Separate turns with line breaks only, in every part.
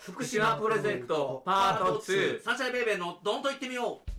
福島プレゼントパート2サンシャインベイベーのどんと言ってみよう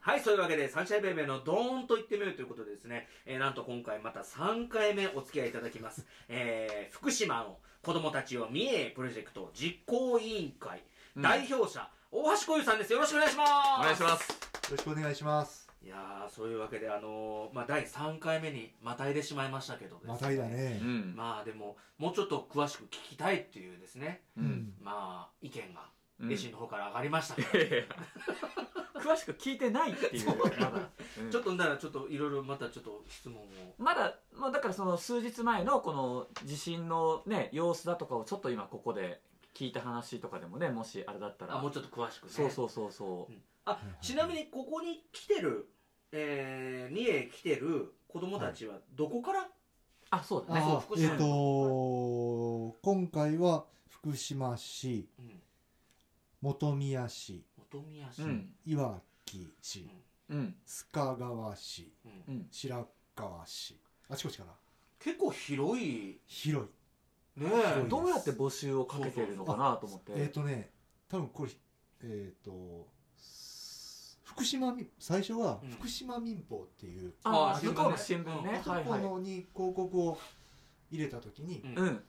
はい、そういうわけで、サンシャインベイベーのドーンと言ってみようということでですね、えーなんと今回また3回目お付き合いいただきます。えー、福島の子供たちを三重プロジェクト実行委員会、代表者、大橋こゆさんです。よろしくお願いします。
お願いします。
ろしくお願いします。
いやー、そういうわけで、あのー、まあ、第3回目にまたいでしまいましたけどですね
またいだ。ね
う。ん。
まあでも、もうちょっと詳しく聞きたいっていうですね、
うん。
まあ、意見が、
うん
弟子の方から上がりま したから、
詳しく聞いてないっていう。
まだ
ん
ちょっとならちょっといろいろまたちょっと質問を
まだ、まあ、だからその数日前のこの地震のね、様子だとかをちょっと今ここで聞いた話とかでもね、もしあれだったら。
あもうちょっと詳しくね
そう
う、
そうそうそう。
ん、あちなみにここに来てるえー、三重来てる子供たちはどこから、
あ、そうだね。
そう
あ
福、
えっ
島、
と、今回は福島市、
うん
本宮市、
本宮市、
うん。
いわき市、
うん。
須賀川市、
うん
うん。
白川市。あちこちかな。
結構広い
広い。
ね
広い
どうやって募集をかけてるのかなと思って。
えっ、とね、多分これ、えっ、と、す福島民、最初は
うん
福島民報っていう、
あ
あ、
向こうの新
新
聞
聞ね
ね。
こ
はいはい。
のに広告を入れた時に、
うん
うん。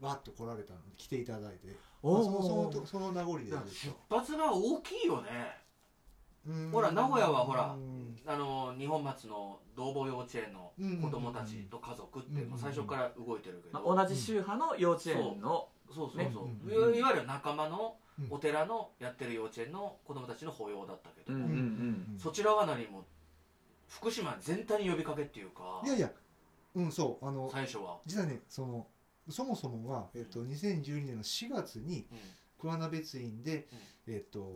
わーっと来られたので来ていただいて、
おー
そのそのとその名残で
だから出発が大きいよね
うん
ほら名古屋はほら
うん
あの日本松の同房幼稚園の子供たちと家族ってもう最初から動いてるけ
ま
ど、
あ、同じ宗派の幼稚園の、
そうそうそう、
ね
いわいわゆる仲間の
うん
お寺のやってる幼稚園の子供たちの保養だったけど、
うん。うん。
そちらは何も福島全体に呼びかけっていうか
いやいや、うん、そう、あの、
最初は、
実はね、その、そもそもは、えっ、と、2012年の4月に、
う
桑名別院で、えっ、と、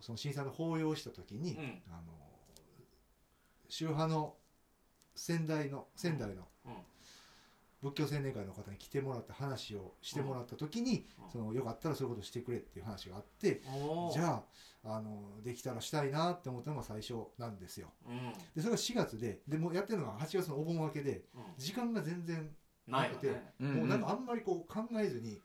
その震災の法要をした時に、
んうん
あの、宗派の仙台の、仙台の
うん
仏教青年会の方に来てもらって話をしてもらった時に、
うん
その、よかったらそういうことしてくれっていう話があって、
おー
じゃあ、あの、できたらしたいなって思ったのが最初なんですよ。
うんうん
で、それが4月で、で、もうやってるのが8月のお盆明けで、時間が全然
ないよね
うん
もうなんかあんまりこう考えずに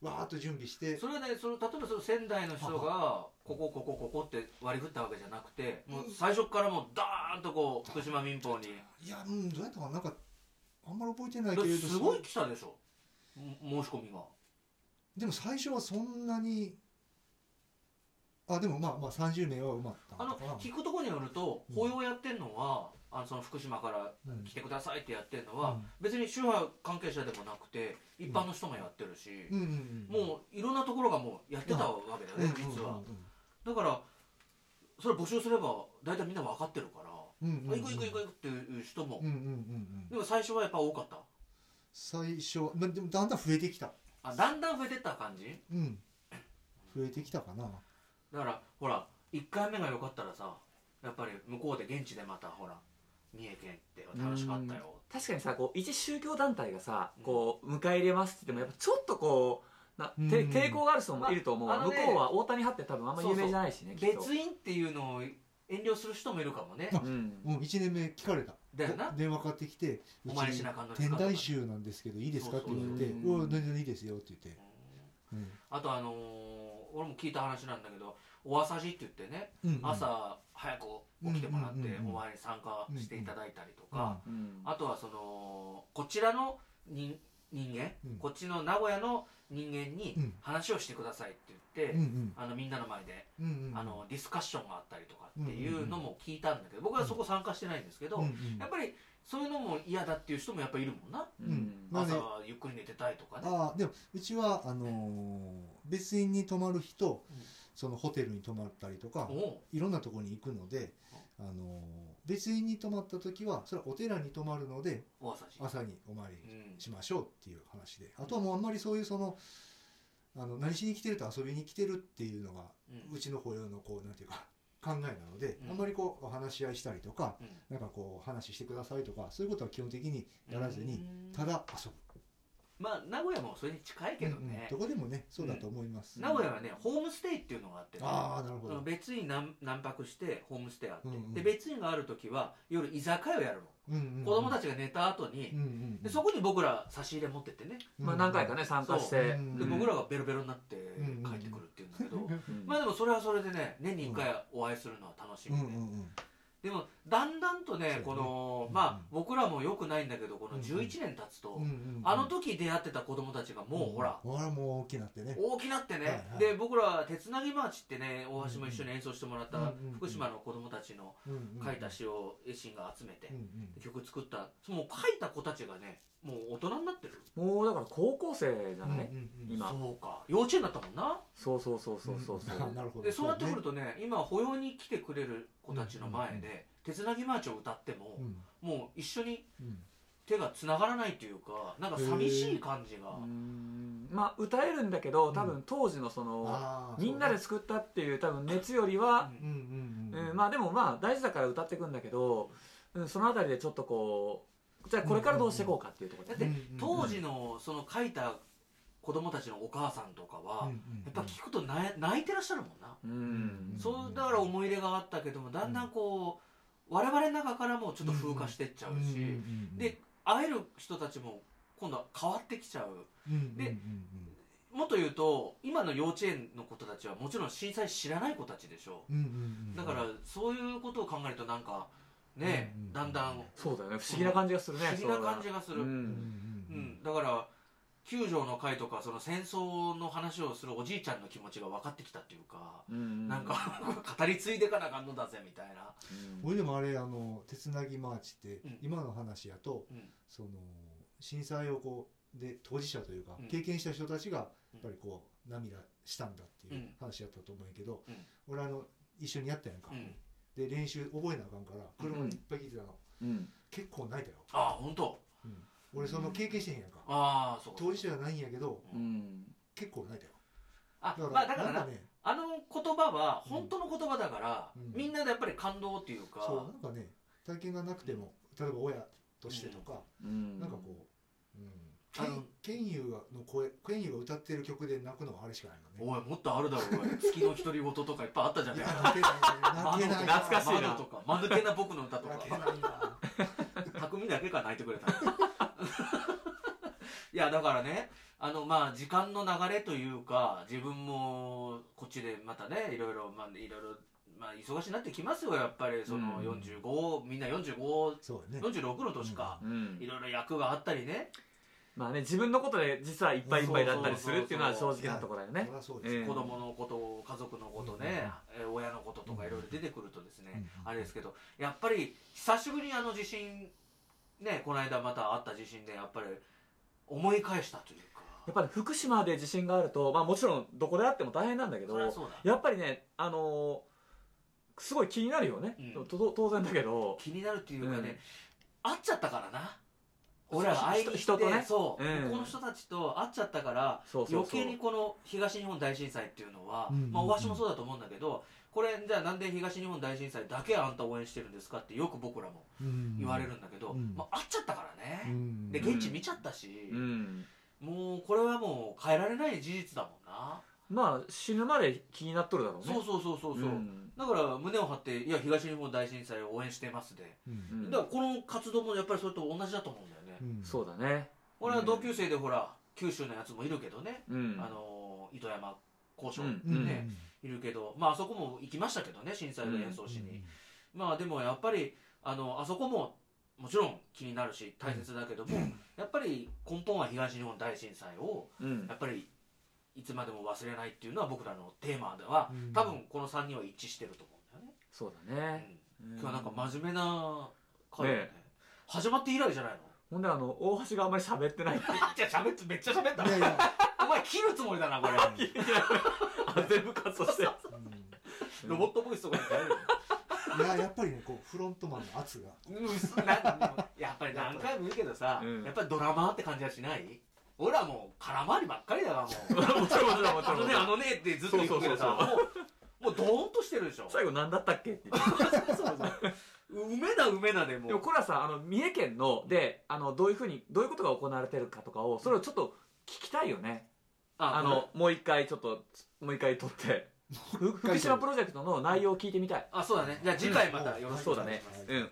わーっと準備して
それはねその例えばその仙台の人がここここここって割り振ったわけじゃなくてもう最初からもうダーンとこう福島民放に
いやうんどうやったかななんかあんまり覚えてない
だ
け
っ
れ
て
ど
すごい来たでしょも申し込みが
でも最初はそんなにあでもまあまあ30名は埋まった
あ
の
の
かな
聞くとこによると
うん
法要やってんのは、あのその福島から
うん
来てくださいってやってんのは、
うん
別に宗派関係者でもなくて一般の人もやってるし、
うんうんうん
もういろんなところがもうやってたわけだよね、
うん
実は、
う
だからそれ募集すれば大体みんな分かってるから、
んうんうん
あ行く行く行く行くっていう人も、
うんうんうんうん
でも最初はやっぱ多かった
最初はまあでもだんだん増えてきた
あだんだん増えてった感じ
うん増えてきたかな
だからほら1回目が良かったらさやっぱり向こうで現地でまたほら三重県って楽しかったよ
確かにさ、こう、一宗教団体がさ、こう、迎え入れますって言っても、やっぱちょっとこう、な、て
うん
抵抗がある人もいると思うわ。
まああ
向
のね
こうは大谷派って多分あんま有名じゃないしね、きっと。
別院っていうのを遠慮する人もいるかもね
あ
うん。
もう1年目聞かれた
だよな
電話かかってきて「
お参りしなあかんのです
天
か
台宗なんですけどいいですか?」って言われて「
そう
う
そう
わ全然いいですよ」って言って、うん
あとあのー俺も聞いた話なんだけどお朝じって言ってね、
うんうん
朝早く起きてもらって
うんうんうんうん
お前に参加していただいたりと
うん
か、
うん。
あとはそのこちらの人人間、
うん
こっちの名古屋の人間
う
に
ん
話をしてくださいって言って、
うんうん
あのみんなの前で、
うんうん
あのディスカッションがあったりとかっていうのも聞いたんだけど僕はそこ参加してないんですけど、
うんうん
やっぱりそういうのも嫌だっていう人もやっぱいるもんな、
うん。
まあね
朝はゆっくり寝てたいとかね
ああでもうちはあのー別院に泊まる日と、
うん
そのホテルに泊まったりとか
おう
いろんなところに行くので、あのー別院に泊まった時はそれはお寺に泊まるので
お朝じ
朝にお参
う
り
ん
しましょうっていう話で、あとはもうあんまりそういうそのあの何しに来てると遊びに来てるっていうのが、
う
うんちの保養のこうなんていうか考えなので、
うん
あんまりこうお話し合いしたりとか、
うん
なんかこう話してくださいとかそういうことは基本的にやらずに、
うん
ただ遊
まあ名古屋もそれに近い
ぶ、
けどね、
どこでもねそうだと思います、
うん
名古屋はねホームステイっていうのがあってね
ああなるほ
あの
ど
別院何何泊してホームステイあって、
うんうん
で別院がある時は夜居酒屋をやるの、子供た
ち、
ちが寝た後に、
うんうん、
でそこに僕ら差し入れ持ってってね、
うん
まあ、何回かね参加して、
そう
で
うん
僕らがベロベロになって
んうん
帰ってくるっていうんだけど、
うん
まあでもそれはそれでね年に1回お会いするのは楽し
う
み
んう
で、
んうん
でもだんだんとね
そうね
この、
うん
まあ僕らもよくないんだけどこの
うんうん
11年経つと、
うんうんうん
あの時出会ってた子供たちがもうほら、
ほらもう大きなってね
大きなってね、
はいはい
で僕ら「鉄なぎマーチ」ってね大橋も一緒に演奏してもらった
うんうん
福島の子供たちの書いた詩を絵心が集めて
うんうん
曲作ったその書いた子たちがねもう大人になってる
もうだから高校生じゃな
うんうんう
い、
ん
今
そうか幼稚園だったもんな
そうそうそうそうそうそ
あ
う
なるほど
でそうなってくる
と
とね今保養に来てくれる子たちの前
うん
で「鉄なぎマーチ」を歌っても
うん
もう一緒に
うん
手がつながらないというかなんか寂しい感じが
うーんまあ歌えるんだけど多分当時のその、
あー
みんなで作ったっていう多分熱よりは、
うんうんうん
うんまあでもまあ大事だから歌っていくんだけど、うん、そのあたりでちょっとこうじゃあこれからどうしていこうかっていうところ
だ
で
っ
す
て
ね、
当時のその書いた子供たちのお母さんとかは、やっぱ聞くと泣泣いてらっしゃるもんな、
うん
うん
そうだから思い入れがあったけどもだんだんこう、我々の中からもちょっと風化してっちゃうし、で会える人たちも今度は変わってきちゃうでもっと言うと今の幼稚園の子たちはもちろん震災知らない子たちでしょだからそういうことを考えるとなんかね、
うんうん
だんだん
そうだよね不思議な感じがするね
不思議な感じがす
す
る、う
う
ん
ん、
だから九条の会とかその戦争の話をするおじいちゃんの気持ちが分かってきたっていうか、
うん
なんか語り継いでかなあかんのだぜみたいな、
うん
俺でもあれあの「鉄なぎマーチ」って
うん
今の話やと
うん
その震災をこうで当事者というか
うん
経験した人たちがやっぱりこう涙したんだっていううん話やったと思うんやけど
うん
俺あの一緒にやったやんか
うん
で練習覚えなあかんから車にいっぱい聞いてたの
うん
結構泣いたよ
ああ本当
俺その経験してへんやんか
ああそうか
当事者じゃないんやけど
うん
結構泣いたよ
あまあだから
な
なん
ね
あの言葉は本当の言葉だから、
うん
みんなでやっぱり感動っていうか
そうなんかね体験がなくても、例えば親としてとか、
うん
なんかこう、うん、
あの
ケンケンユーがの声ケンユーが歌ってる曲で泣くのはあれしかないのね
おいもっとあるだろおい月の独り言とかいっぱいあったじゃ
い
ね
や
えか
泣けない ね泣けないな
懐かしいな
窓とか間抜けな僕の歌とか
泣けないな
匠だけが泣いてくれた いやだからねあのまあ時間の流れというか自分もこっちでまたねいろいろまあいろいろまあ忙しになってきますよやっぱりその
うん
45、みんな4546
そうやね
の年か、
うん
いろいろ役があったりね
まあね自分のことで実はいっぱいいっぱいだったりするっていうのは正直なところだよね
そりゃそうですよ、
ええ
子供のこと家族のことね、えー親のこととかいろいろ出てくるとですね、
うん
あれですけどやっぱり久しぶりにあの地震ねこの間またあった地震でやっぱり思い返したというか
やっぱり福島で地震があると、まあ、もちろんどこであっても大変なんだけど
そりゃそうだ
やっぱりね、あのーすごい気になるよね、
うん
とと当然だけど、
気になるっていうか
うん
ね、会っちゃったからな俺ら会いに行って
人とね
そう、
うん
ここの人たちと会っちゃったから
そうそうそう
余計にこの東日本大震災っていうのは、
うんうんうん
まあ、大橋もそうだと思うんだけどこれじゃあなんで東日本大震災だけあんた応援してるんですかってよく僕らも言われるんだけど、
うん
まあ、会っちゃったからね、
うん
で現地見ちゃったし、
うん
もうこれはもう変えられない事実だもんな、
まあ死ぬまで気になっとるだろうね。
そうそうそうそうそう、
うん
だから胸を張って「いや東日本大震災を応援してますで」
うん
だからこの活動もやっぱりそれと同じだと思うんだよね、
うん
そうだね。
俺は同級生でほら九州のやつもいるけどね、
うん、
あのー糸山交渉、
うん
うん
ねいるけどまああそこも行きましたけどね震災の演奏しに、まあでもやっぱりあのあそこももちろん気になるし大切だけども、やっぱり根本は東日本大震災を
うん
やっぱりいつまでも忘れないっていうのは僕らのテーマでは
うん
多分この3人は一致してると思うんだよね、
そうだね。
うん今日はなんか
うん
真面目な回だね
ね
始まって以来じゃないの
ほんであの大橋があんまり喋っ てないっていう。
じゃあ喋ってめっちゃ喋った
いやいや、
お前切るつもりだなこれ
あ全部カットして。
う
ロボットボイスとかに変える
んいややっぱりねこうフロントマンの圧 が
のうんすなやっぱり何回も言うけどさ、
うん
やっぱりドラマーって感じはしない俺はもう空回りばっかりだわもう
もちろんもちろんもち
あ
ろん
のねあのねってずっと言ってるけどさ
そう
もうもうドーンとしてるでしょ
最後何だったっけって言って
梅だ梅だでも
でもこれはさあの三重県のであのどういうふうにどういうことが行われてるかとかをそれをちょっと聞きたいよね、あの、もう一回ちょっともう一回撮ってふ
回撮る
福島プロジェクトの内容を聞いてみたい、
あそうだねじゃあ次回またよろしく
そ
お
うだ
願い
ね
します、
うん